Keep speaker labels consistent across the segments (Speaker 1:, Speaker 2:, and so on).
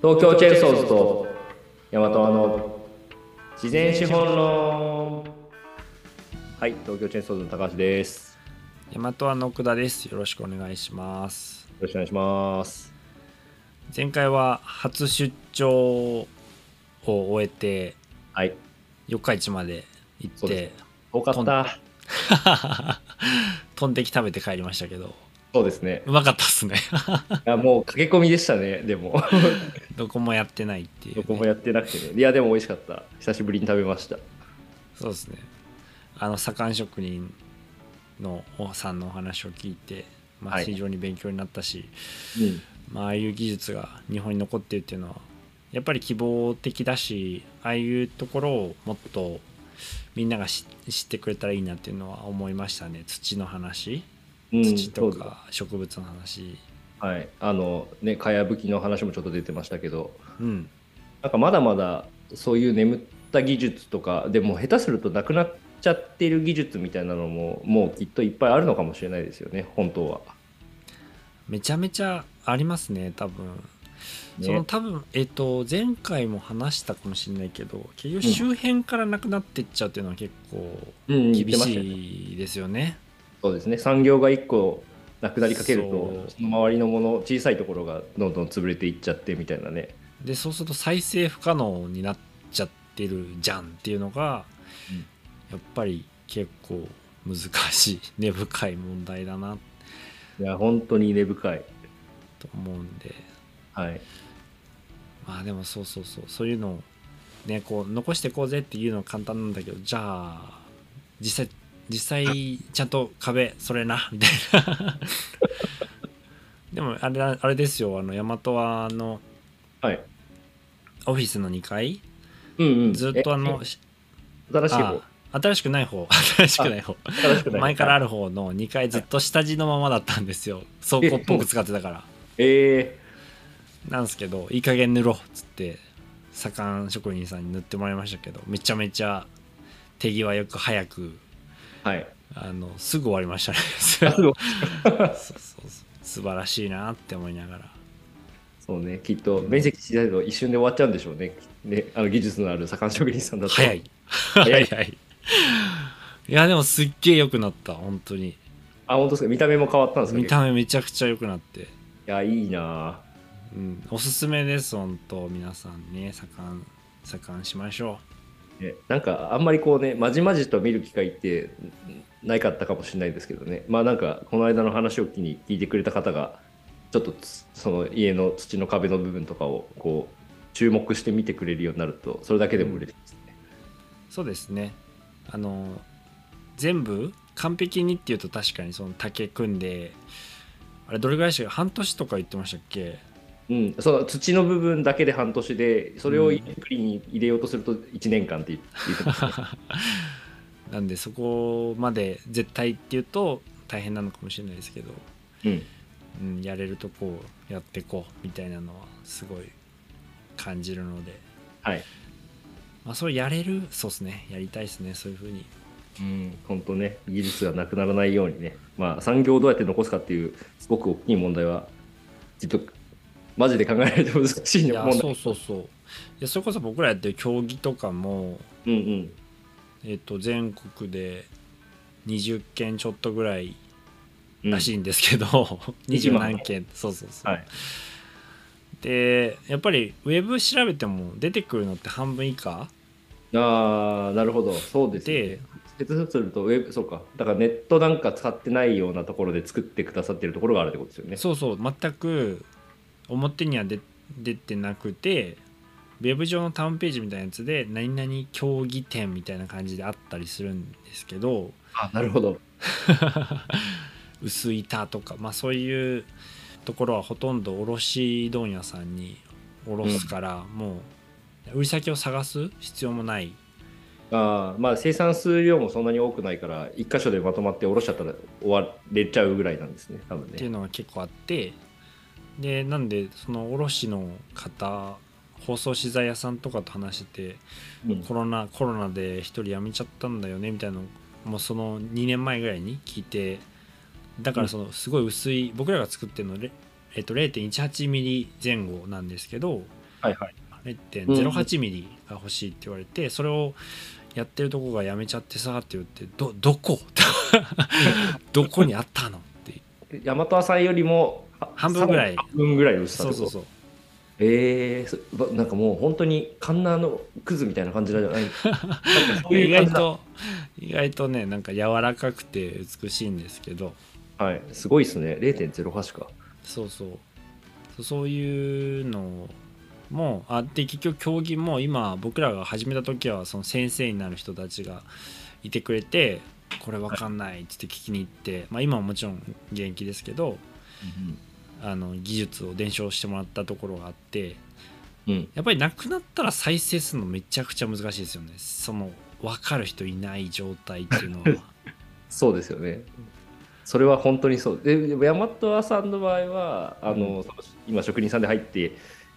Speaker 1: 東京チェンソーズとヤマトあの自然資本論はい東京チェンソーズの高橋ですよ
Speaker 2: 大和は奥田です。よろしくお願いします。
Speaker 1: ろしくお願いします
Speaker 2: 前回は初出張を終えて
Speaker 1: はい
Speaker 2: 四日市まで行
Speaker 1: そ
Speaker 2: っ
Speaker 1: うで
Speaker 2: て、
Speaker 1: 多かった
Speaker 2: とんてき食べて帰りましたけど、
Speaker 1: そうですね
Speaker 2: うまかったっすね。
Speaker 1: いやもう駆け込みでしたねで も
Speaker 2: どこもやってないっていうね、
Speaker 1: どこもやってなくてねいやでも美味しかった久しぶりに食べました
Speaker 2: そうですね。あの左官職人のおさんのお話を聞いて、まあ、
Speaker 1: はい
Speaker 2: 非常に勉強になったし、
Speaker 1: うん
Speaker 2: まあ、ああいう技術が日本に残ってるっていうのはやっぱり希望的だしああいうところをもっとみんなが知知ってくれたらいいなっていうのは思いましたね土の話
Speaker 1: うん
Speaker 2: 土と
Speaker 1: そう
Speaker 2: か植物の話
Speaker 1: はいあのねかやぶきの話もちょっと出てましたけど
Speaker 2: うん
Speaker 1: なんかまだまだそういう眠った技術とかでも下手するとなくなっちゃってる技術みたいなのももうきっといっぱいあるのかもしれないですよね本当は。
Speaker 2: めちゃめちゃありますね多分
Speaker 1: ね
Speaker 2: その多分えっ、と前回も話したかもしれないけど結局周辺からなくなってっちゃうっていうのは結構
Speaker 1: うん、言っ
Speaker 2: 厳
Speaker 1: てましたよね
Speaker 2: しいですよね
Speaker 1: そうですね産業が1個なくなりかけると
Speaker 2: そう
Speaker 1: その周りのもの小さいところがどんどん潰れていっちゃってみたいなね。
Speaker 2: でそうすると再生不可能になっちゃってるじゃんっていうのが、やっぱり結構難しい 根深い問題だない
Speaker 1: や本当に根深い。
Speaker 2: と思うんで
Speaker 1: はい、
Speaker 2: まあでもそうそうそうそういうのをねこう残していこうぜっていうのは簡単なんだけどじゃあ実際実際ちゃんと壁それなみたいな でもあれだあれですよあの大和はあの
Speaker 1: はい、
Speaker 2: オフィスの2階
Speaker 1: うんうん
Speaker 2: ずっとあの
Speaker 1: え新しい
Speaker 2: あ
Speaker 1: 方
Speaker 2: 新しくない方 新しくない方
Speaker 1: 新しくない
Speaker 2: 前からある方の2階ずっと下地のままだったんで すよ倉庫っぽく使ってたから
Speaker 1: え
Speaker 2: なんですけどいい加減塗ろうっつって左官職人さんに塗ってもらいましたけどめちゃめちゃ手際よく早く
Speaker 1: ー、はい
Speaker 2: あのすぐ終わりましたね
Speaker 1: あ
Speaker 2: そう
Speaker 1: そう
Speaker 2: そうそう素晴らしいなって思いな がら
Speaker 1: そうねきっと面積小さいと一瞬で終わっちゃうんでしょうねねあの技術のある左官職人さんだと
Speaker 2: 早い
Speaker 1: 早
Speaker 2: 早
Speaker 1: い
Speaker 2: いいやでもすっげえ良くなった本当に
Speaker 1: あ、本当ですか。見た目も変わったんですか。
Speaker 2: 見た目めちゃくちゃ良くなって
Speaker 1: いや、いいな
Speaker 2: うん、おすすめです、本当、皆さんね、盛ん、盛んしましょ
Speaker 1: ぁねなんか、あんまりこうね、まじまじと見る機会ってんないかったかもしれないですけどね。まあなんか、この間の話を機に聞いてくれた方が、ちょっとつその家の土の壁の部分とかを、こう、注目して見てくれるようになると、それだけでも嬉しいですね。
Speaker 2: う。そうですね。あの、全部、完璧にっていうと、確かにその竹組んで、あれ、どれぐらいでしたっけ半年とか言ってましたっけ
Speaker 1: うん、その土の部分だけで半年で、それをゆっくりに入れようとすると1年間って言って ますね。
Speaker 2: なんで、そこまで絶対っていうと、大変なのかもしれないですけど、
Speaker 1: うん
Speaker 2: うん、やれるとこうやってこうみたいなのは、すごい感じるので、
Speaker 1: はい。
Speaker 2: まあ、それやれる、そうですね、やりたいですね、そういうふうに。
Speaker 1: うん、本当ね、技術がなくならないようにね、まあ、産業をどうやって残すかっていう、すごく大きい問題は、きっと、マジで考えないと難しい
Speaker 2: い
Speaker 1: ね
Speaker 2: や
Speaker 1: 問題
Speaker 2: そうそうそういやそれこそ僕らやってる競技とかも、
Speaker 1: うんうん。
Speaker 2: えっと全国で20件ちょっとぐらい
Speaker 1: うん
Speaker 2: らしいんですけど、20何件そうそうそう、
Speaker 1: はい。
Speaker 2: でやっぱりウェブ調べても出てくるのって半分以下
Speaker 1: ああ、なるほど、そうですね
Speaker 2: で。
Speaker 1: 結論すると、ウェブ、そうか、だからネットなんか使ってないようなところで作ってくださってるところがあるってことですよね。
Speaker 2: そうそう全く表には出出てなくてウェブ上のタウンページみたいなやつで何々競技店みたいな感じであったりするんですけど、
Speaker 1: あなるほど。
Speaker 2: 薄板とか、まあ、そういうところはほとんど卸問屋さんに卸すから、もう売り先を探す必要もない
Speaker 1: あーまあ、生産数量もそんなに多くないから、一箇所でまとまっておろしちゃったら終われちゃうぐらいなんですね、多分
Speaker 2: ってい
Speaker 1: ね。
Speaker 2: うのが結構あってでなんでその卸の方放送資材屋さんとかと話してて
Speaker 1: うん
Speaker 2: コロナコロナで一人辞めちゃったんだよねみたいなのもうその2年前ぐらいに聞いてだからそのすごい薄い僕らが作ってるのれ、えっと0 1 8ミリ前後なんですけど
Speaker 1: はいはい。
Speaker 2: 0.08ミリが欲しいって言われて、それをやってるとこがやめちゃってさって言ってどどこ どこにあったのって
Speaker 1: ヤマトアさんよりもは
Speaker 2: 半分ぐらい
Speaker 1: さらに半分ぐらい薄さ。
Speaker 2: そうそうそうう
Speaker 1: えーそばなんかもう本当にカンナーのクズみたいな感じなんじゃない なんかそうい
Speaker 2: 意
Speaker 1: う感
Speaker 2: 外
Speaker 1: じだ
Speaker 2: と意外とねなんか柔らかくて美しいんですけど
Speaker 1: はい、すごいですね。0.08か。
Speaker 2: そうそうそうそういうのもあって結局競技も今僕らが始めた時はその先生になる人たちがいてくれてこれわかんないっつって聞きに行って、まあ、今はもちろん現役ですけどあの技術を伝承してもらったところがあって
Speaker 1: うん。
Speaker 2: やっぱりなくなったら再生するのめちゃくちゃ難しいですよねその分かる人いない状態っていうのは
Speaker 1: そうですよね。それは本当にそう。で、でもヤマトアさんの場合は、あの、その今職人さんで入って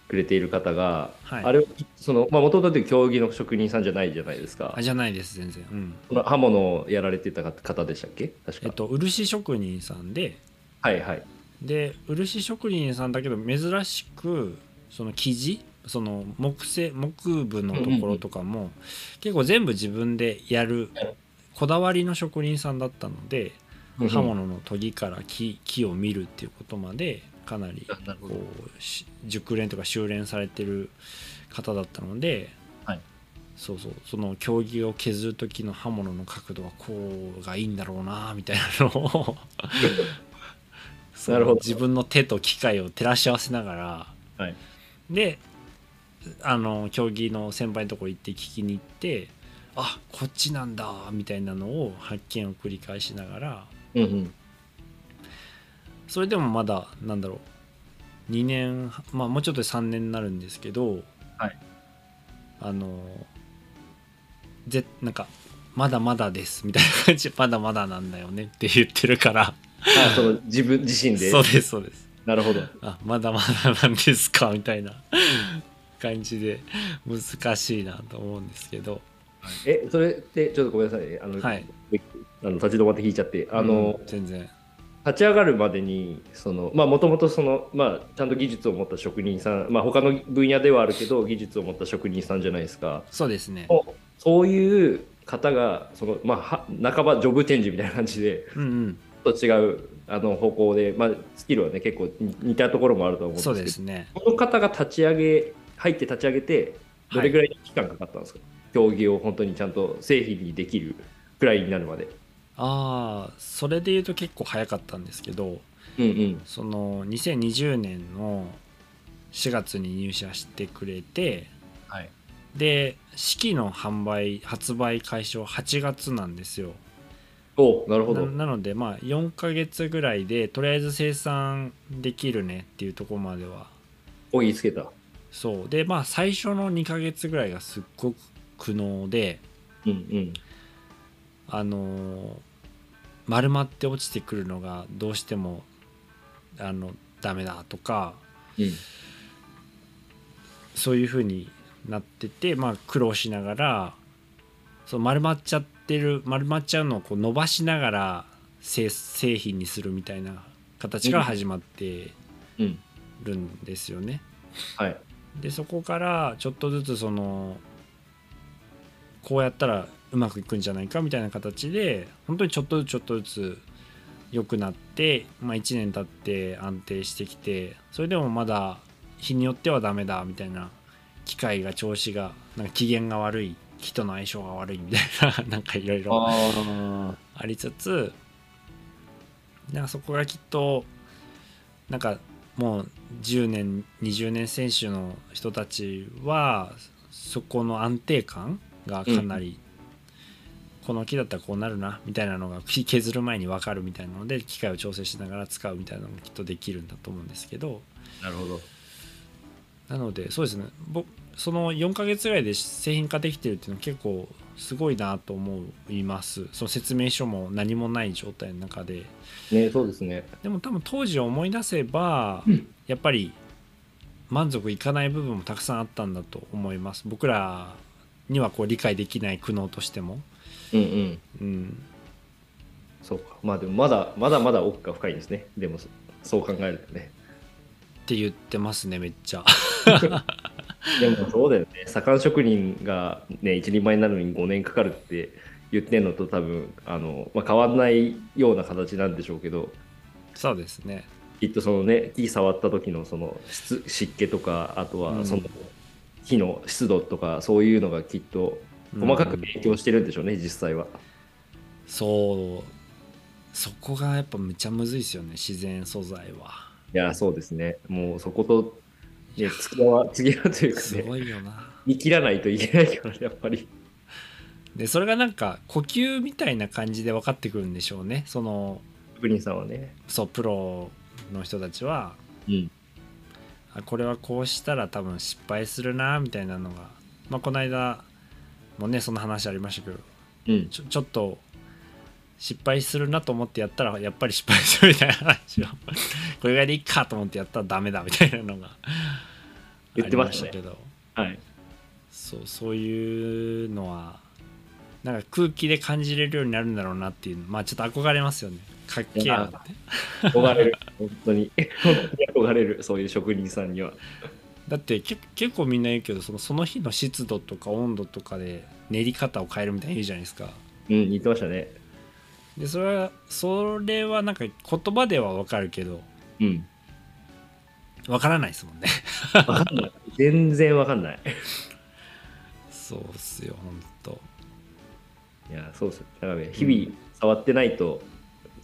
Speaker 1: くれている方が、
Speaker 2: はい
Speaker 1: あれをそのまあ元々で競技の職人さんじゃないじゃないですか
Speaker 2: あ。じゃないです全然うん
Speaker 1: その刃物をやられてた方でしたっけ？確か。
Speaker 2: えっと漆職人さんで
Speaker 1: はいはい。
Speaker 2: で漆職人さんだけど珍しくその生地その木製木部のところとかも結構全部自分でやるこだわりの職人さんだったので刃物の研ぎから木木を見るっていうことまでかなり
Speaker 1: あなるほど
Speaker 2: こうし熟練とか修練されてる方だったので、
Speaker 1: はい
Speaker 2: そうそうその経木を削る時の刃物の角度はこうがいいんだろうなみたいなのをその
Speaker 1: なるほど
Speaker 2: 自分の手と機械を照らし合わせながら、
Speaker 1: はい
Speaker 2: であの競技の先輩のとこ行って聞きに行ってあこっちなんだみたいなのを発見を繰り返しながら
Speaker 1: うんうん。
Speaker 2: それでもまだなんだろう2年まあもうちょっとで3年になるんですけど、
Speaker 1: はい
Speaker 2: あのぜなんかまだまだですみ たいな感じまだまだなんだよねって言ってるから
Speaker 1: あ、その自分自身で
Speaker 2: そ。うですそうです
Speaker 1: なるほど。
Speaker 2: あまだまだなんですかみたいな感じで難しいなと思うんですけど
Speaker 1: え、それってちょっとごめんなさいね。あの、
Speaker 2: はい
Speaker 1: あの立ち止まって引いちゃって、あの。
Speaker 2: うん全然
Speaker 1: 立ち上がるまでにそのまあもともとそのまあちゃんと技術を持った職人さんまあ他の分野ではあるけど技術を持った職人さんじゃないですか
Speaker 2: そうですね
Speaker 1: おそういう方がそのまあは半ばジョブチェンジみたいな感じで
Speaker 2: うんうん
Speaker 1: ちょっと違うあの方向でまあスキルはね結構似似たところもあると思うんです
Speaker 2: そ
Speaker 1: け
Speaker 2: う
Speaker 1: ど
Speaker 2: ですね
Speaker 1: この方が立ち上げ入って立ち上げてどれぐらいの期間かかったんですか、競技を本当にちゃんと製品にできるくらいになるまで。
Speaker 2: ああそれで言うと結構早かったんですけど
Speaker 1: うんうん
Speaker 2: その2020年の4月に入社してくれて
Speaker 1: はい
Speaker 2: で式の販売発売開始は8月なんですよ
Speaker 1: おなるほ
Speaker 2: な
Speaker 1: ど。
Speaker 2: なのでまあ4ヶ月ぐらいでとりあえず生産できるねっていうところまでは
Speaker 1: お言いつけた。
Speaker 2: そうでまあ最初の2ヶ月ぐらいがすっごく苦悩で
Speaker 1: うんうん。
Speaker 2: あのー丸まって落ちてくるのがどうしてもあのダメだとか
Speaker 1: うん
Speaker 2: そういう風になってて、まあ、苦労しながらそう丸まっちゃってる丸まっちゃうのをこう伸ばしながら製製品にするみたいな形から始まって
Speaker 1: うん、
Speaker 2: るんですよね。
Speaker 1: はい。
Speaker 2: でそこからちょっとずつそのこうやったらうまくいくんじゃないかみたいな形で本当にちょっとずつちょっとずつ良くなって、まあ、1年経って安定してきてそれでもまだ日によってはダメだみたいな機械が調子がなんか機嫌が悪い木との相性が悪いみたいな なんかいろいろ
Speaker 1: あ
Speaker 2: ありつつなんかそこがきっとなんかもう10年20年選手の人たちはそこの安定感がかなり、この木だったらこうなるなみたいなのが 木削る前に分かるみたいなので機械を調整しながら使うみたいなのがきっとできるんだと思うんですけど
Speaker 1: あ、なるほど。
Speaker 2: なのでそうですね僕その4ヶ月ぐらいで製品化できてるっていうのは結構すごいなと思いますその説明書も何もない状態の中で
Speaker 1: ね、そうですね。
Speaker 2: でも多分当時を思い出せば、
Speaker 1: うん
Speaker 2: やっぱり満足いかない部分もたくさんあったんだと思います僕らにはこう理解できない苦悩としても、
Speaker 1: うんうん。
Speaker 2: うん、
Speaker 1: そうか。まあでもまだまだまだ奥が深いですね。 でもそそう考えるとね。
Speaker 2: って言ってますねめっちゃ
Speaker 1: でもそうだよね。左官職人がね、一人前になるのに5年かかるって言ってんのと多分、あの、まあ、変わんないような形なんでしょうけど、
Speaker 2: そうですね
Speaker 1: きっとそのね、木触った時のその湿湿気とか、あと
Speaker 2: う
Speaker 1: は
Speaker 2: ん
Speaker 1: その火の湿度とか、そういうのがきっと 細かく
Speaker 2: うん
Speaker 1: 影響してるんでしょうね、実際は。
Speaker 2: そうそこがやっぱむちゃむずいですよね自然素材はい
Speaker 1: や、そうですね。もうそこと、ね、付き合わ、付き合うというか
Speaker 2: す
Speaker 1: ね、
Speaker 2: ごいよな
Speaker 1: 見切らないといけないから、やっぱり。
Speaker 2: でそれがなんか呼吸みたいな感じで分かってくるんでしょうねその
Speaker 1: 職人さんはね。
Speaker 2: そうプロの人たちは
Speaker 1: うん。
Speaker 2: あこれはこうしたら多分失敗するなみたいなのが、まあ、この間もねその話ありましたけど
Speaker 1: うん。
Speaker 2: ちょちょっと失敗するなと思ってやったらやっぱり失敗するみたいな話をこれぐらいでいいかと思ってやったらダメだみたいなのが
Speaker 1: 言ってましたね
Speaker 2: ありけど
Speaker 1: はい。
Speaker 2: そうそういうのはなんか空気で感じれるようになるんだろうなっていうまあちょっと憧れますよねかっけえなって
Speaker 1: 憧れる。本当に。 本当に憧れる。そういう職人さんには。
Speaker 2: だってけ結構みんな言うけどそのその日の湿度とか温度とかで練り方を変えるみたいな言うじゃないですか
Speaker 1: うん、言ってましたね。
Speaker 2: でそれはそれはなんか言葉では分かるけど
Speaker 1: うん。
Speaker 2: 分からないですもんね
Speaker 1: わかんない。全然わかんない。
Speaker 2: そうっすよほんと
Speaker 1: いや、そうです。だからね、日々触ってないと、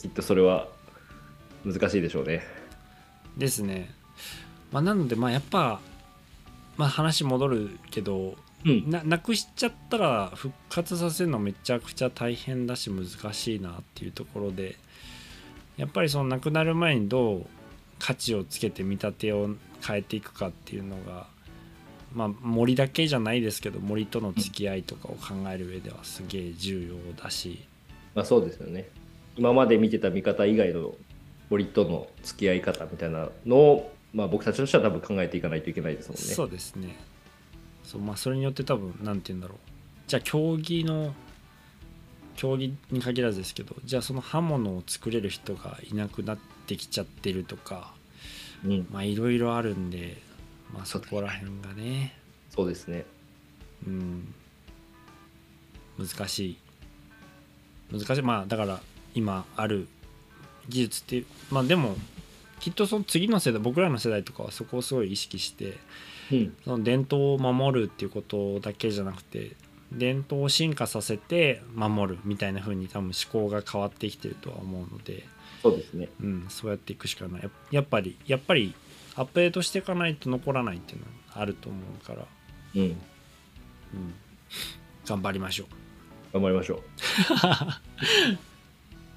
Speaker 1: きっとそれは難しいでしょうね。
Speaker 2: ですね、まあ、なのでまあやっぱまあ話戻るけど
Speaker 1: うん。
Speaker 2: ななくしちゃったら復活させるのめちゃくちゃ大変だし難しいなっていうところでやっぱりそのなくなる前にどう価値をつけて見立てを変えていくかっていうのがまあ森だけじゃないですけど森との付き合いとかを考える上ではすげえ重要だし
Speaker 1: まあそうですよね。今まで見てた見方以外の森との付き合い方みたいなのを、まあ僕たちとしては多分考えていかないといけないですもんね。
Speaker 2: そうですねそうまあそれによって多分何て言うんだろうじゃあ競技の競技に限らずですけどじゃあその刃物を作れる人がいなくなってきちゃってるとか
Speaker 1: うん。
Speaker 2: まあいろいろあるんでまあ
Speaker 1: そ
Speaker 2: そうこら辺がね
Speaker 1: そうですね。
Speaker 2: うん難しい難しいまあだから今ある技術っていうまあでもきっとその次の世代僕らの世代とかはそこをすごい意識して
Speaker 1: うん。
Speaker 2: その伝統を守るっていうことだけじゃなくて伝統を進化させて守るみたいな風に多分思考が変わってきてるとは思うので、
Speaker 1: そうですね。
Speaker 2: うん、そうやっていくしかないややっぱりやっぱりアップデートしていかないと残らないっていうのはあると思うから、
Speaker 1: うん。
Speaker 2: うん、頑張りましょう
Speaker 1: 頑張りまし ょう。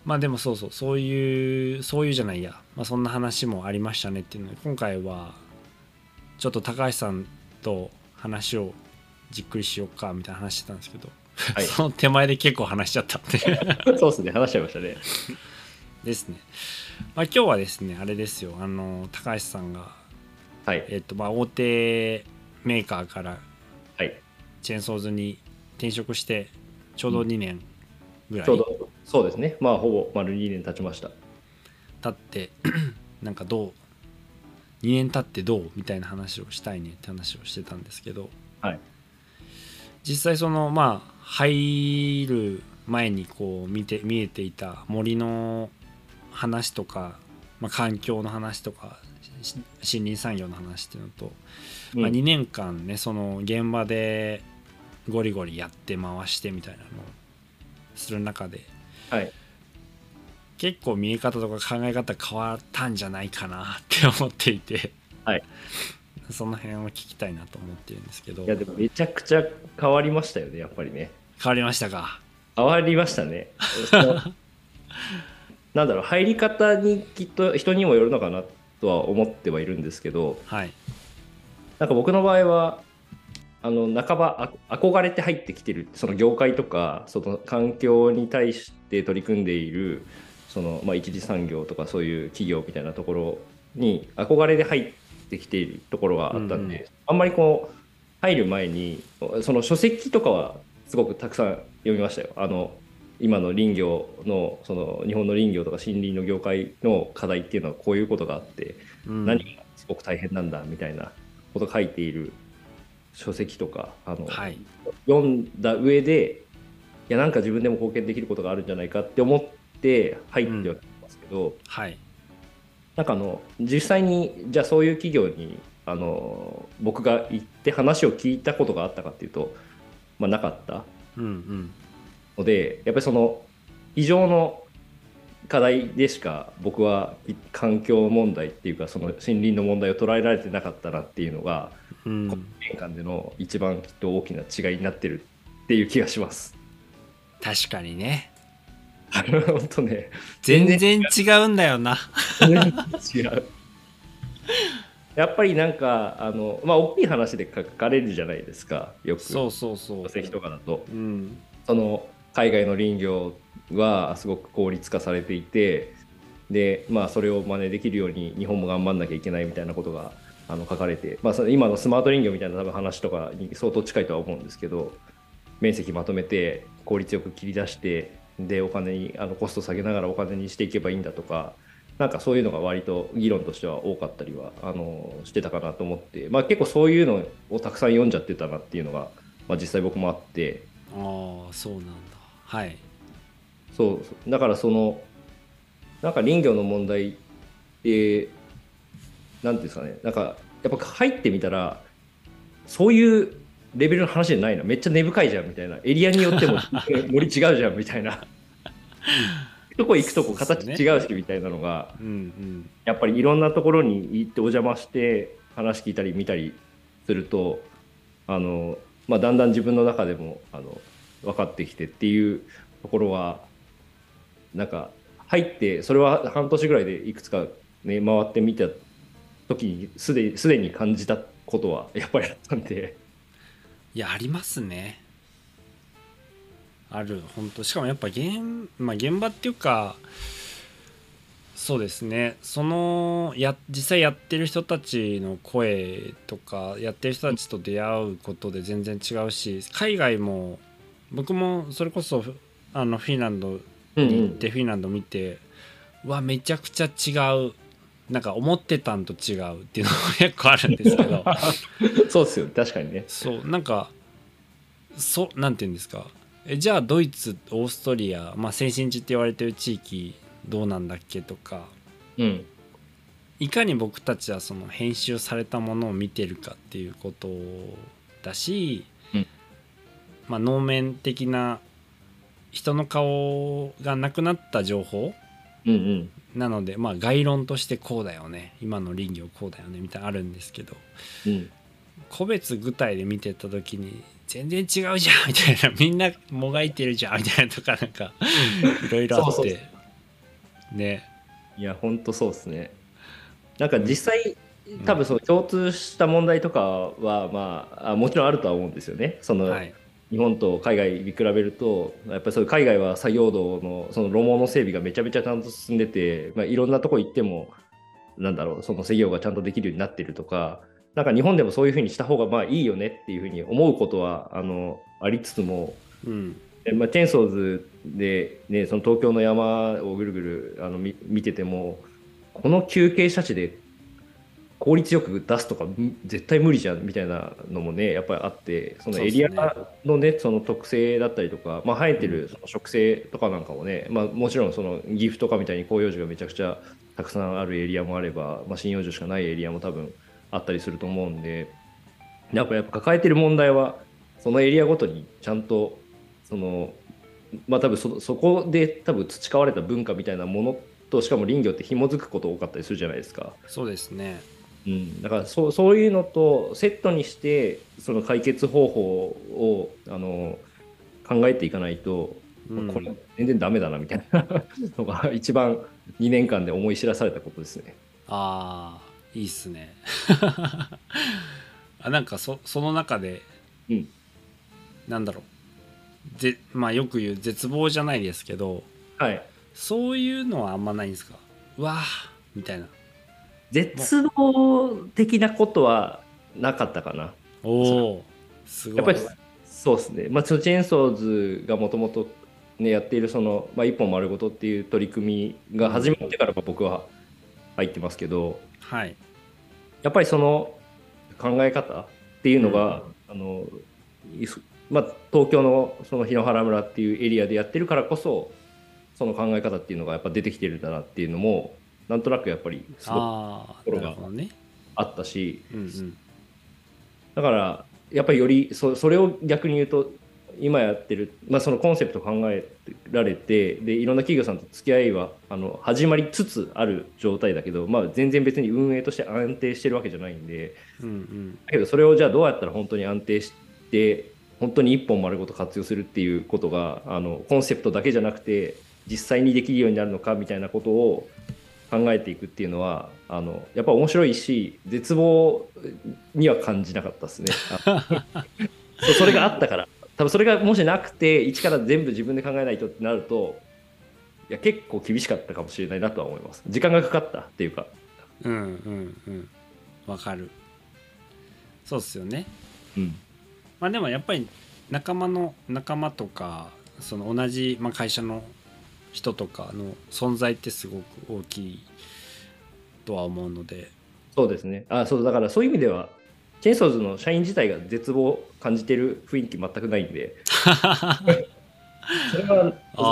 Speaker 2: まあでもそうそうそういうそういうじゃないや、まあ、そんな話もありましたねっていうので今回はちょっと高橋さんと話をじっくりしようかみたいな話してたんですけど、
Speaker 1: はい
Speaker 2: その手前で結構話しちゃったっ ていう
Speaker 1: そうですね、話しちゃいましたね。
Speaker 2: ですね、まあ、今日はですねあれですよあの高橋さんが、
Speaker 1: はい。
Speaker 2: えっとまあ、大手メーカーから
Speaker 1: はい、
Speaker 2: チェーンソーズに転職してちょうど2年ぐらい
Speaker 1: ちょうど、そうですね、まあ、ほぼ丸2年経ちました。
Speaker 2: 経って なんかどう2年経ってどうみたいな話をしたいねって話をしてたんですけど、
Speaker 1: はい
Speaker 2: 実際そのまあ入る前にこう見て見えていた森の話とか、まあ、環境の話とかし森林産業の話っていうのと、まあ、2年間ねその現場でゴリゴリやって回してみたいなのをする中で
Speaker 1: はい。
Speaker 2: 結構見え方とか考え方変わったんじゃないかなって思っていて、
Speaker 1: はい
Speaker 2: その辺を聞きたいなと思ってるんですけど
Speaker 1: いや、
Speaker 2: 変
Speaker 1: でも、めちゃくちゃ変わりましたよね、やっぱりね。
Speaker 2: わりましたか
Speaker 1: 変わりましたね。そのなんだろう、入り方にきっと人にもよるのかなとは思ってはいるんですけど、
Speaker 2: はい
Speaker 1: なんか僕の場合は、あの半ばあ憧れて入ってきてるその業界とかその環境に対して取り組んでいるその、まあ、一次産業とかそういう企業みたいなところに憧れで入ってきているところがあったんで、
Speaker 2: うんうん
Speaker 1: あんまりこう入る前にその書籍とかはすごくたくさん読みましたよ。あの今の林業のその日本の林業とか森林の業界の課題っていうのはこういうことがあって
Speaker 2: うん
Speaker 1: 何がすごく大変なんだみたいなことを書いている書籍とかあの、
Speaker 2: はい
Speaker 1: 読んだ上でいやなんか自分でも貢献できることがあるんじゃないかって思って入ってはきますけど、
Speaker 2: はい
Speaker 1: なんかあの実際にじゃあそういう企業にあの僕が行って話を聞いたことがあったかっていうと、まあ、なかった
Speaker 2: うんうん
Speaker 1: のでやっぱりその非常の課題でしか僕はい環境問題っていうかその森林の問題を捉えられてなかったなっていうのが
Speaker 2: うん
Speaker 1: 年間での一番きっと大きな違いになってるっていう気がし ます。
Speaker 2: 確かにね
Speaker 1: 本当ね全
Speaker 2: 全
Speaker 1: 然
Speaker 2: 然違うんだよな
Speaker 1: 違うやっぱりなんかあのまあ大きい話で書かれるじゃないですかよく
Speaker 2: そうそうそう
Speaker 1: 書籍とかだと
Speaker 2: うん
Speaker 1: その海外の林業はすごく効率化されていてでまあそれを真似できるように日本も頑張んなきゃいけないみたいなことがあの書かれて、まあ、その今のスマート林業みたいな多分話とかに相当近いとは思うんですけど面積まとめて効率よく切り出してでお金にあのコスト下げながらお金にしていけばいいんだとかなんかそういうのが割と議論としては多かったりはあのしてたかなと思って、まあ、結構そういうのをたくさん読んじゃってたなっていうのが、まあ、実際僕もあって。
Speaker 2: ああそうなんだはい
Speaker 1: そうそうだからそのなんか林業の問題ってなんていうんですかねなんかやっぱ入ってみたらそういうレベルの話じゃないなめっちゃ根深いじゃんみたいなエリアによっても森違うじゃんみたいなどこ行くとこ
Speaker 2: そうっ
Speaker 1: 形
Speaker 2: すね
Speaker 1: 違うしみたいなのが、
Speaker 2: うんうん
Speaker 1: やっぱりいろんなところに行ってお邪魔して話聞いたり見たりするとあの、まあ、だんだん自分の中でもあの分かってきてっていうところはなんか入ってそれは半年ぐらいでいくつか、ね、回ってみた時にすですでに感じたことはやっぱりあったんで
Speaker 2: いやありますねある本当しかもやっぱ現,、まあ、現場っていうかそうですねそのや実際やってる人たちの声とかやってる人たちと出会うことで全然違うし海外も僕もそれこそフあのフィンランドに行ってフィンランド見て、うわめちゃくちゃ違うなんか思ってたんと違うっていうのが 結構あるんですけど
Speaker 1: そうですよ確かにね。
Speaker 2: そうなんかそなんて言うんですかえじゃあドイツオーストリア、まあ、先進地って言われてる地域どうなんだっけとか
Speaker 1: うん、
Speaker 2: いかに僕たちはその編集されたものを見てるかっていうことだし、
Speaker 1: うん
Speaker 2: まあ、能面的な人の顔がなくなった情報
Speaker 1: うんうん
Speaker 2: なので、まあ、概論としてこうだよね今の林業こうだよねみたいなのあるんですけど
Speaker 1: うん
Speaker 2: 個別具体で見てた時に全然違うじゃんみたいな みんなもがいてるじゃんみたいなとかなんかいろいろあっ
Speaker 1: そうそう
Speaker 2: てね
Speaker 1: いや、本当そうですね。なんか実際、多分その共通した問題とかは、まああ、もちろんあるとは思うんですよね。その
Speaker 2: はい
Speaker 1: 日本と海外見比べると、やっぱりそういう海外は作業道のその路網の整備がめちゃめちゃちゃんと進んでて、まあ、いろんなとこ行っても、なんだろう、その作業がちゃんとできるようになってるとか、なんか日本でもそういうふうにした方がまあいいよねっていうふうに思うことはあのありつつも、
Speaker 2: うん
Speaker 1: でまあ、チェーンソーズで、ね、その東京の山をぐるぐるあのみ見ててもこの休憩車地で効率よく出すとかん絶対無理じゃんみたいなのもねやっぱりあってそのエリア
Speaker 2: そうっ
Speaker 1: の,、ねその特性だったりとか、まあ、生えて
Speaker 2: う
Speaker 1: るその植生とかなんかもね、まあ、もちろんその岐阜とかみたいに広葉樹がめちゃくちゃたくさんあるエリアもあれば、まあ、針葉樹しかないエリアも多分あったりすると思うんでなんかやっぱ抱えてる問題はそのエリアごとにちゃんとそのまあ多分そそこで多分培われた文化みたいなものとしかも林業って紐づくこと多かったりするじゃないですか、
Speaker 2: そうですね
Speaker 1: うん、だからそうそういうのとセットにしてその解決方法をあの考えていかないと、
Speaker 2: うん
Speaker 1: これ全然ダメだなみたいなのが一番2年間で思い知らされたことですね。
Speaker 2: あーいいっすね あなんかそその中で、
Speaker 1: うん
Speaker 2: なんだろうぜまあよく言う絶望じゃないですけど
Speaker 1: はい、
Speaker 2: そういうのはあんまないんですかうわーみたいな
Speaker 1: 絶望的なことはなかったかな。
Speaker 2: おおすごい
Speaker 1: やっぱりそうですね、まあ、チェーンソーズがもともとやっているその、まあ、一本丸ごとっていう取り組みが始まってから僕は入ってますけど
Speaker 2: はい
Speaker 1: やっぱりその考え方っていうのがあのいそまあ、東京のその檜原村っていうエリアでやってるからこそその考え方っていうのがやっぱ出てきてるんだなっていうのもなんとなくやっぱりすごく
Speaker 2: ああ
Speaker 1: ところ
Speaker 2: なる
Speaker 1: が
Speaker 2: ほどね
Speaker 1: あったし
Speaker 2: うんうん
Speaker 1: だからやっぱりよりそそれを逆に言うと今やってる、まあ、そのコンセプト考えられてでいろんな企業さんと付き合いはあの始まりつつある状態だけど、まあ、全然別に運営として安定してるわけじゃないんで
Speaker 2: うんうん
Speaker 1: だけどそれをじゃあどうやったら本当に安定して本当に一本丸ごと活用するっていうことがあのコンセプトだけじゃなくて実際にできるようになるのかみたいなことを考えていくっていうのはあのやっぱ面白いし絶望には感じなかったですね。あ そうそれがあったから多分それがもしなくて一から全部自分で考えないとってなるといや結構厳しかったかもしれないなとは思います。時間がかかったっていうか
Speaker 2: うんうんうんわかるそうっすよね
Speaker 1: うん
Speaker 2: まあでもやっぱり仲間の仲間とかその同じ、まあ、会社の人とかの存在ってすごく大きいとは思うので
Speaker 1: そうですね。あ、そうだからそういう意味では、チェーンソーズの社員自体が絶望を感じてる雰囲気全くないん で、それはなかったの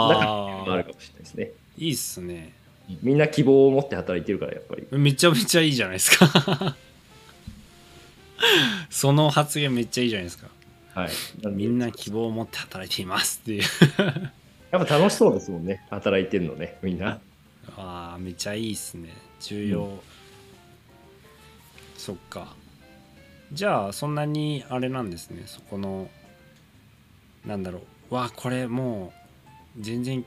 Speaker 1: あ
Speaker 2: あ
Speaker 1: るかもしれないですね。
Speaker 2: いいっすね
Speaker 1: みんな希望を持って働いてるからやっぱり。
Speaker 2: めちゃめちゃいいじゃないですか その発言めっちゃいいじゃないですか
Speaker 1: はい。なんで
Speaker 2: みんな希望を持って働いていますっていう
Speaker 1: やっぱ楽しそうですもんね。働いてるのね、みんな。
Speaker 2: ああめちゃいいっすね重要、
Speaker 1: う
Speaker 2: そっかじゃあそんなにあれなんですねそこのなんだろうわあこれもう全然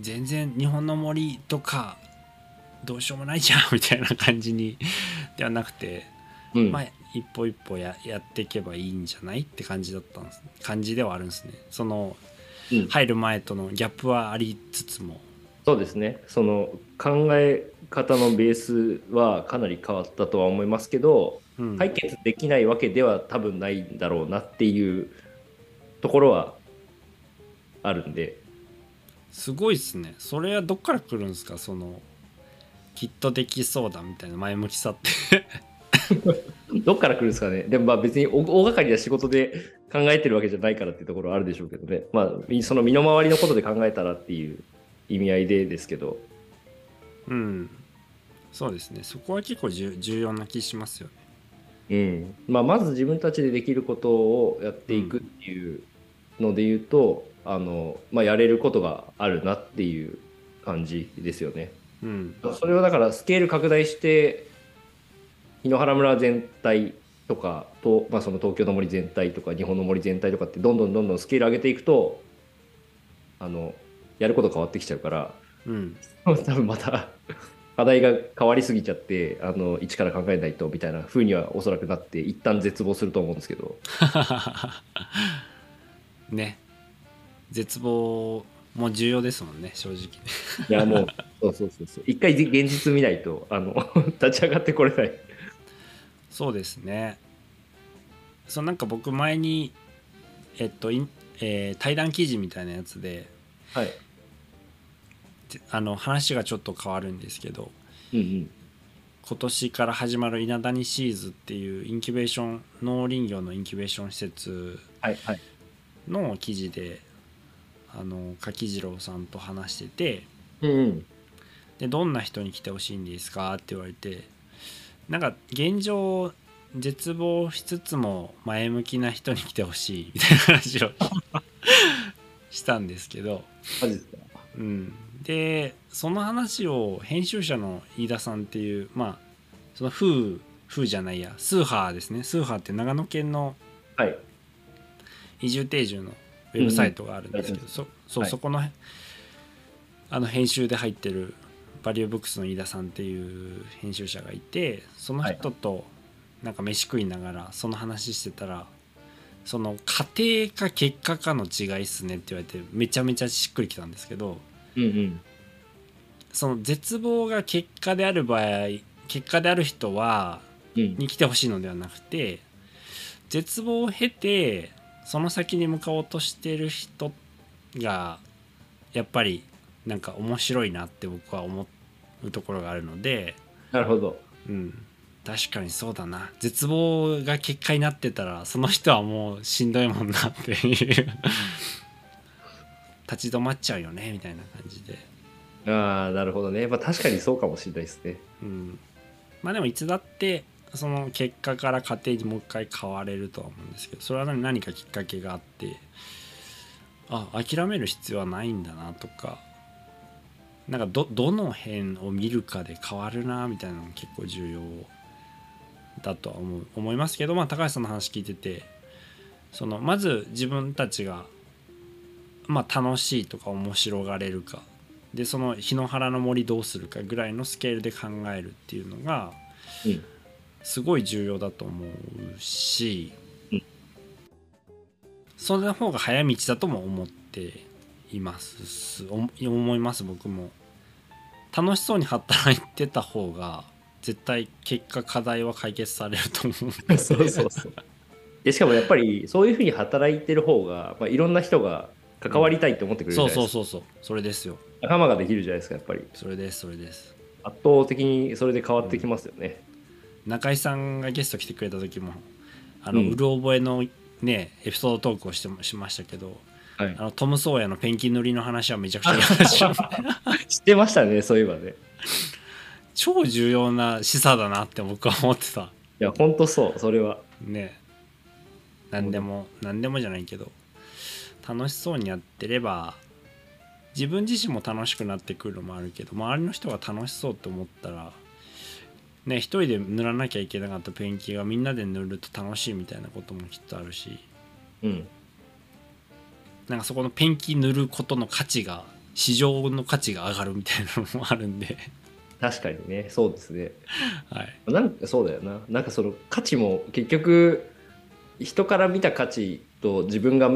Speaker 2: 全然日本の森とかどうしようもないじゃんみたいな感じにではなくて
Speaker 1: うん。
Speaker 2: まあ、一歩一歩ややっていけばいいんじゃないって感じだったんです感じではあるんですねその
Speaker 1: うん
Speaker 2: 入る前とのギャップはありつつも
Speaker 1: そうですね。その考え方のベースはかなり変わったとは思いますけど、
Speaker 2: うん
Speaker 1: 解決できないわけでは多分ないんだろうなっていうところはあるんで。
Speaker 2: すごいっすねそれはどっから来るんですかそのきっとできそうだみたいな前向きさって
Speaker 1: どっから来るんですかね。でもまあ別に大大掛かりな仕事で考えてるわけじゃないからっていうところはあるでしょうけどね。まあみその身の回りのことで考えたらっていう意味合いでですけど。
Speaker 2: うんそうですねそこは結構重重要な気しますよね
Speaker 1: うん。まあまず自分たちでできることをやっていくっていうので言うと、あの、まあやれることがあるなっていう感じですよね。
Speaker 2: うん
Speaker 1: それをだからスケール拡大して檜原村全体とかと、まあ、その東京の森全体とか日本の森全体とかってどんどんどんどんスケール上げていくとあのやること変わってきちゃうから
Speaker 2: うん
Speaker 1: 多分また課題が変わりすぎちゃってあの一から考えないとみたいな風にはおそらくなって一旦絶望すると思うんですけど
Speaker 2: ね絶望も重要ですもんね正直
Speaker 1: いや もうそうそうそうそう一回じ現実見ないとあの 立ち上がってこれない。
Speaker 2: そうですねそうなんか僕前にえっと、いんえー対談記事みたいなやつで
Speaker 1: はい
Speaker 2: てあの話がちょっと変わるんですけど
Speaker 1: うんうん
Speaker 2: 今年から始まる稲谷シーズっていうインキュベーション農林業のインキュベーション施設
Speaker 1: はいはい
Speaker 2: の記事であの柿次郎さんと話してて
Speaker 1: うんうん
Speaker 2: でどんな人に来てほしいんですかって言われてなんか現状絶望しつつも前向きな人に来てほしいみたいな話を したんですけど、
Speaker 1: マジですか
Speaker 2: うん、でその話を編集者の飯田さんっていうまあその風風じゃないやスーハーですねスーハーって長野県の
Speaker 1: はい
Speaker 2: 移住定住のウェブサイトがあるんですけ
Speaker 1: うん
Speaker 2: ど、
Speaker 1: うん
Speaker 2: そそう、
Speaker 1: はい
Speaker 2: そこのあの編集で入ってるバリューブックスの飯田さんっていう編集者がいてその人となんか飯食いながらその話してたらその過程か結果かの違いっすねって言われてめちゃめちゃしっくりきたんですけど
Speaker 1: うんうん
Speaker 2: その絶望が結果である場合結果である人は
Speaker 1: うん
Speaker 2: に来てほしいのではなくて絶望を経てその先に向かおうとしてる人がやっぱりなんか面白いなって僕は思うところがあるので、
Speaker 1: なるほど。
Speaker 2: うん、確かにそうだな絶望が結果になってたらその人はもうしんどいもんなっていう立ち止まっちゃうよねみたいな感じで、
Speaker 1: ああなるほどね、まあ、確かにそうかもしれないですね
Speaker 2: うん、まあでもいつだってその結果から家庭にもう一回変われるとは思うんですけどそれは何何かきっかけがあってあ諦める必要はないんだなとかなんかどどの辺を見るかで変わるなみたいなのも結構重要だとは思う思いますけど、まあ、高橋さんの話聞いててそのまず自分たちが、まあ、楽しいとか面白がれるかでその日野原の森どうするかぐらいのスケールで考えるっていうのが
Speaker 1: うん
Speaker 2: すごい重要だと思うし、
Speaker 1: うん
Speaker 2: それの方が早道だとも思っていますお思います僕も楽しそうに働いてた方が絶対結果課題は解決されると思うんで
Speaker 1: そ
Speaker 2: すよね
Speaker 1: うそうそう。でしかもやっぱりそういうふうに働いてる方が、まあ、いろんな人が関わりたいって思ってくれるじゃ
Speaker 2: そ
Speaker 1: ない
Speaker 2: う
Speaker 1: ですか、
Speaker 2: そうそうそうそれですよ
Speaker 1: 仲間ができるじゃないですかやっぱり
Speaker 2: それですそれです
Speaker 1: 圧倒的にそれで変わってきますよね、
Speaker 2: 中井さんがゲスト来てくれた時もあの、
Speaker 1: う
Speaker 2: うんる覚えのねエピソードトークをしてもしましたけど
Speaker 1: はい
Speaker 2: あのトム・ソーヤのペンキ塗りの話はめちゃくちゃいい話
Speaker 1: 知ってましたねそういえばね
Speaker 2: 超重要な示唆だなって僕は思ってた
Speaker 1: いやほんとそうそれは
Speaker 2: ね何でも何でもじゃないけど楽しそうにやってれば自分自身も楽しくなってくるのもあるけど周りの人が楽しそうと思ったらね一人で塗らなきゃいけなかったペンキがみんなで塗ると楽しいみたいなこともきっとあるし
Speaker 1: うん
Speaker 2: なんかそこのペンキ塗ることの価値が市場の価値が上がるみたいなのもあるんで
Speaker 1: 確かにねそうですね
Speaker 2: はい
Speaker 1: なんかそうだよななんかその価値も結局人から見た価値と自分が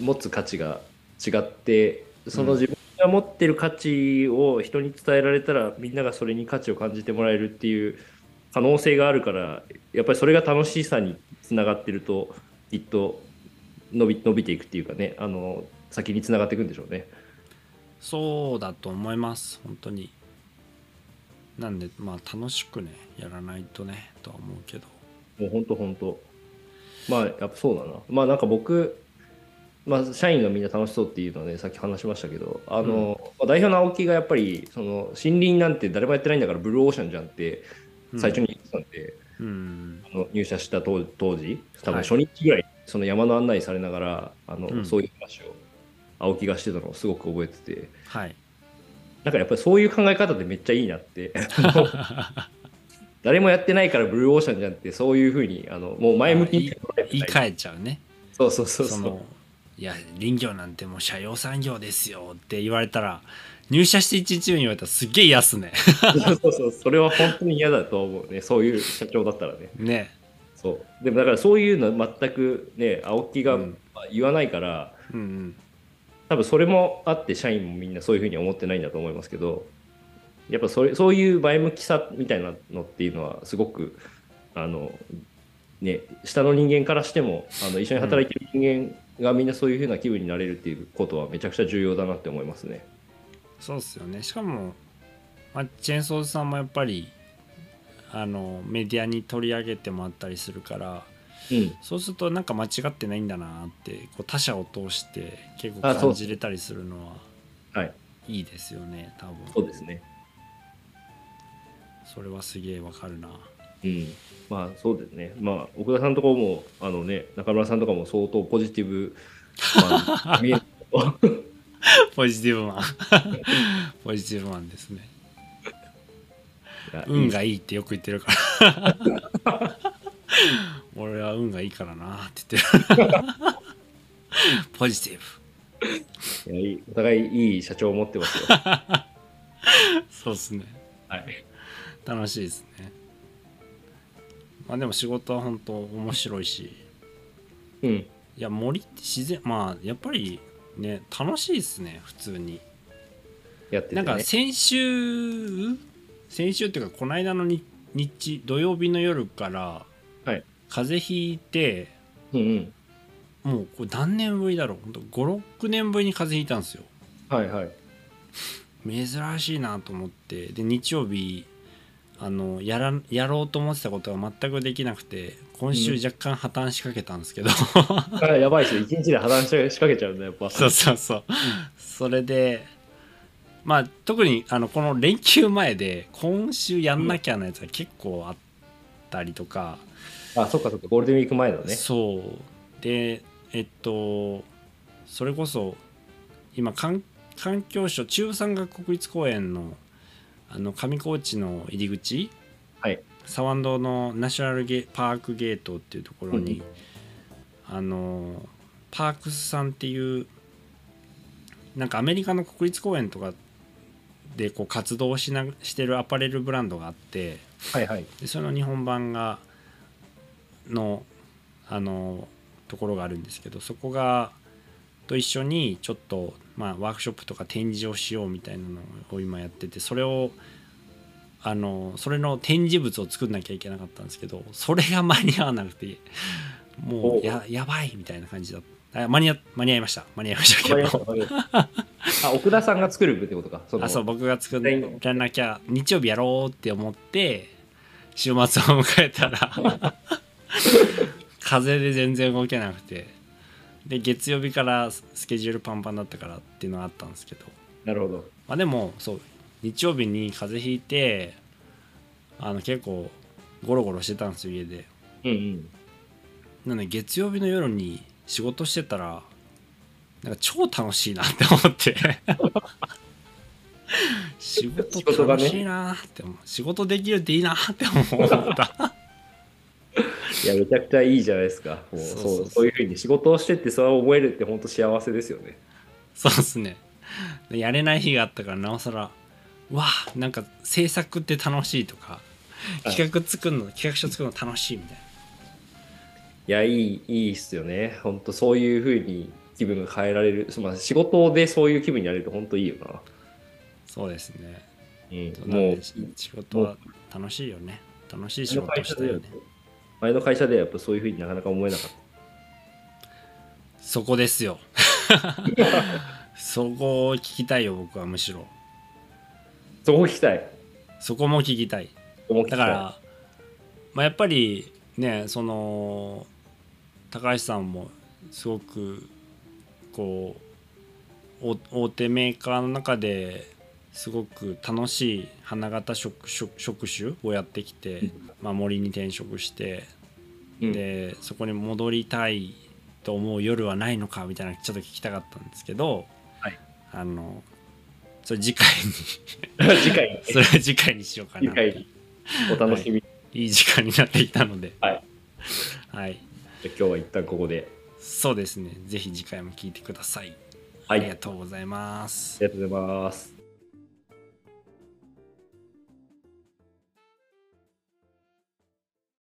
Speaker 1: 持つ価値が違ってその自分が持ってる価値を人に伝えられたらみんながそれに価値を感じてもらえるっていう可能性があるからやっぱりそれが楽しさにつながってるときっと伸び伸びていくっていうかねあの先につながっていくんでしょうね。
Speaker 2: そうだと思います本当になんでまあ楽しくねやらないとねとは思うけど
Speaker 1: もう本当本当。まあ、やっぱそうだな。まあなんか僕、まあ社員がみんな楽しそうっていうのはね、さっき話しましたけど、あの、まあ代表の青木がやっぱり、その森林なんて誰もやってないんだからブルーオーシャンじゃんって
Speaker 2: うん
Speaker 1: 最初に言ってたんで、
Speaker 2: うん
Speaker 1: あの入社した当当時、多分
Speaker 2: はい
Speaker 1: 初日ぐらい、その山の案内されながら、あの、
Speaker 2: うん
Speaker 1: そういう話を青木がしてたのをすごく覚えてて、
Speaker 2: はい
Speaker 1: だからやっぱりそういう考え方でめっちゃいいな って。あの誰もやってないからブルーオーシャンじゃんってそういうふうにあのもう前向きに
Speaker 2: 言い換えちゃうね
Speaker 1: そうそうそうそ
Speaker 2: そうのいや林業なんてもう社用産業ですよって言われたら入社して1日目に言われたらすっげえ嫌っすね
Speaker 1: そうそうそうそれは本当に嫌だと思うねそういう社長だったらね
Speaker 2: ね
Speaker 1: そうでもだからそういうの全くね青木が
Speaker 2: うん
Speaker 1: まあ言わないから、
Speaker 2: うんうん
Speaker 1: 多分それもあって社員もみんなそういうふうに思ってないんだと思いますけどやっぱそれそういう前向きさみたいなのっていうのはすごくあのね下の人間からしてもあの一緒に働いてる人間がみんなそういうふうな気分になれるっていうことはめちゃくちゃ重要だなって思いますね。
Speaker 2: そうっすよねしかも、まあ、チェーンソーズさんもやっぱりあのメディアに取り上げてもらったりするから
Speaker 1: うん、
Speaker 2: そうするとなんか間違ってないんだなってこう他者を通して結
Speaker 1: あ
Speaker 2: 構
Speaker 1: そう
Speaker 2: 感じれたりするのは
Speaker 1: はい
Speaker 2: いいですよね多分
Speaker 1: そうですね。
Speaker 2: それはすげえわかるな
Speaker 1: うん、まあそうですね、まあ、奥田さんとかもあの、ね、中村さんとかも相当ポジティブ、まあ、見える
Speaker 2: ポジティブマン ポジティブマンですね 運がいいってよく言ってるから 俺は運がいいからなって言って るポジティ
Speaker 1: いやいいお互いいい社長を持ってます よ。
Speaker 2: ブそうっすね
Speaker 1: はい、
Speaker 2: 楽しいですねまあでも仕事は本当面白いし
Speaker 1: うん
Speaker 2: いや森って自然まあやっぱりね楽しいですね普通に
Speaker 1: やってて、ね、
Speaker 2: なんか先週先週っていうかこの間の日日土曜日の夜から、
Speaker 1: はい
Speaker 2: 風邪ひいて
Speaker 1: うんうん、
Speaker 2: もうこれ何年ぶりだろう56年ぶりに風邪ひいたんですよ
Speaker 1: はいはい。
Speaker 2: 珍しいなと思ってで日曜日あのやらんやろうと思ってたことが全くできなくて今週
Speaker 1: う
Speaker 2: 若干破綻しかけたんですけど、
Speaker 1: あやばいっすよ。一日で破綻し仕掛けちゃうんだ、やっぱ。
Speaker 2: そうそうそうそれでまあ特にあのこの連休前で今週やんなきゃのやつが結構あったりとか、
Speaker 1: あ、そっかそっか。ゴールデンウィーク前だね。
Speaker 2: そうでえっとそれこそ今環環境省中山岳国立公園のあの上高地の入り口、
Speaker 1: はい、
Speaker 2: 沢ンドのナショナルゲパークゲートっていうところに
Speaker 1: う、
Speaker 2: あのパークスさんっていうなんかアメリカの国立公園とかでこう活動をしなしてるアパレルブランドがあって、
Speaker 1: はいはい。
Speaker 2: でその日本版がのあのところがあるんですけどそこがと一緒にちょっと、まあ、ワークショップとか展示をしようみたいなのを今やっててそれをあのそれの展示物を作んなきゃいけなかったんですけどそれが間に合わなくても
Speaker 1: お
Speaker 2: うややばいみたいな感じだったあ間に合間に合いました間に合いました
Speaker 1: わか
Speaker 2: け
Speaker 1: りました
Speaker 2: ど
Speaker 1: わかりましたあ、奥田さんが作る部ってことか。その
Speaker 2: あそう僕が作
Speaker 1: 全員
Speaker 2: らなきゃ日曜日やろうって思って週末を迎えたら 風で全然動けなくてで月曜日からススケジュールパンパンだったからっていうのがあったんですけど、
Speaker 1: なるほど。
Speaker 2: まあ、でもそう日曜日に風邪ひいてあの結構ゴロゴロしてたんですよ家で
Speaker 1: うんうん。
Speaker 2: なので月曜日の夜に仕事してたらなんか超楽しいなって思って 仕
Speaker 1: 仕事
Speaker 2: 事
Speaker 1: が
Speaker 2: 楽
Speaker 1: ね
Speaker 2: しいなって思う、仕事できるっていいなって思った
Speaker 1: いや、めちゃくちゃいいじゃないですか。もうそうう
Speaker 2: そそうそう
Speaker 1: そういうふうに仕事をしてって、そう思えるって本当幸せですよね。
Speaker 2: そうですねでやれない日があったからなおさらうわあなんか制作って楽しいとか
Speaker 1: はい
Speaker 2: 企画作るの企画書作るの楽しいみたいない
Speaker 1: や、いい、いいっすよね。本当そういうふうに気分が変えられる。まあ、仕事でそういう気分になれると本当いいよな。
Speaker 2: そうですね
Speaker 1: うん、
Speaker 2: な
Speaker 1: も
Speaker 2: ん
Speaker 1: う
Speaker 2: で、仕事は楽しいよね楽しい仕
Speaker 1: 前の会
Speaker 2: 事をし
Speaker 1: 社
Speaker 2: たい
Speaker 1: で
Speaker 2: よね
Speaker 1: 前の会社ではやっぱそういうふうになかなか思えなかっ
Speaker 2: そこですよ。そこを聞きたいよ、僕はむしろ。
Speaker 1: た。そこ聞きたい。
Speaker 2: そこも聞きたい。
Speaker 1: そこも聞きた
Speaker 2: だ
Speaker 1: い
Speaker 2: から、まあ、やっぱりね、その、高橋さんもすごく、こう、お大手メーカーの中ですごく楽しい花形職職職種をやってきて、
Speaker 1: うん
Speaker 2: まあ、森に転職して
Speaker 1: うん
Speaker 2: でそこに戻りたいと思う夜はないのかみたいなちょっと聞きたかったんですけど、
Speaker 1: はい
Speaker 2: あのそれ次回に
Speaker 1: 次回 に、
Speaker 2: それは次回にしようかな
Speaker 1: 次回にお楽しみ。
Speaker 2: いい時間になってきたので
Speaker 1: はい、
Speaker 2: はい、
Speaker 1: じゃあ今日は一旦ここで。
Speaker 2: そうですねぜひ次回も聞いてください、
Speaker 1: はい、
Speaker 2: あり
Speaker 1: あ
Speaker 2: がとうございます
Speaker 1: りがとうございます。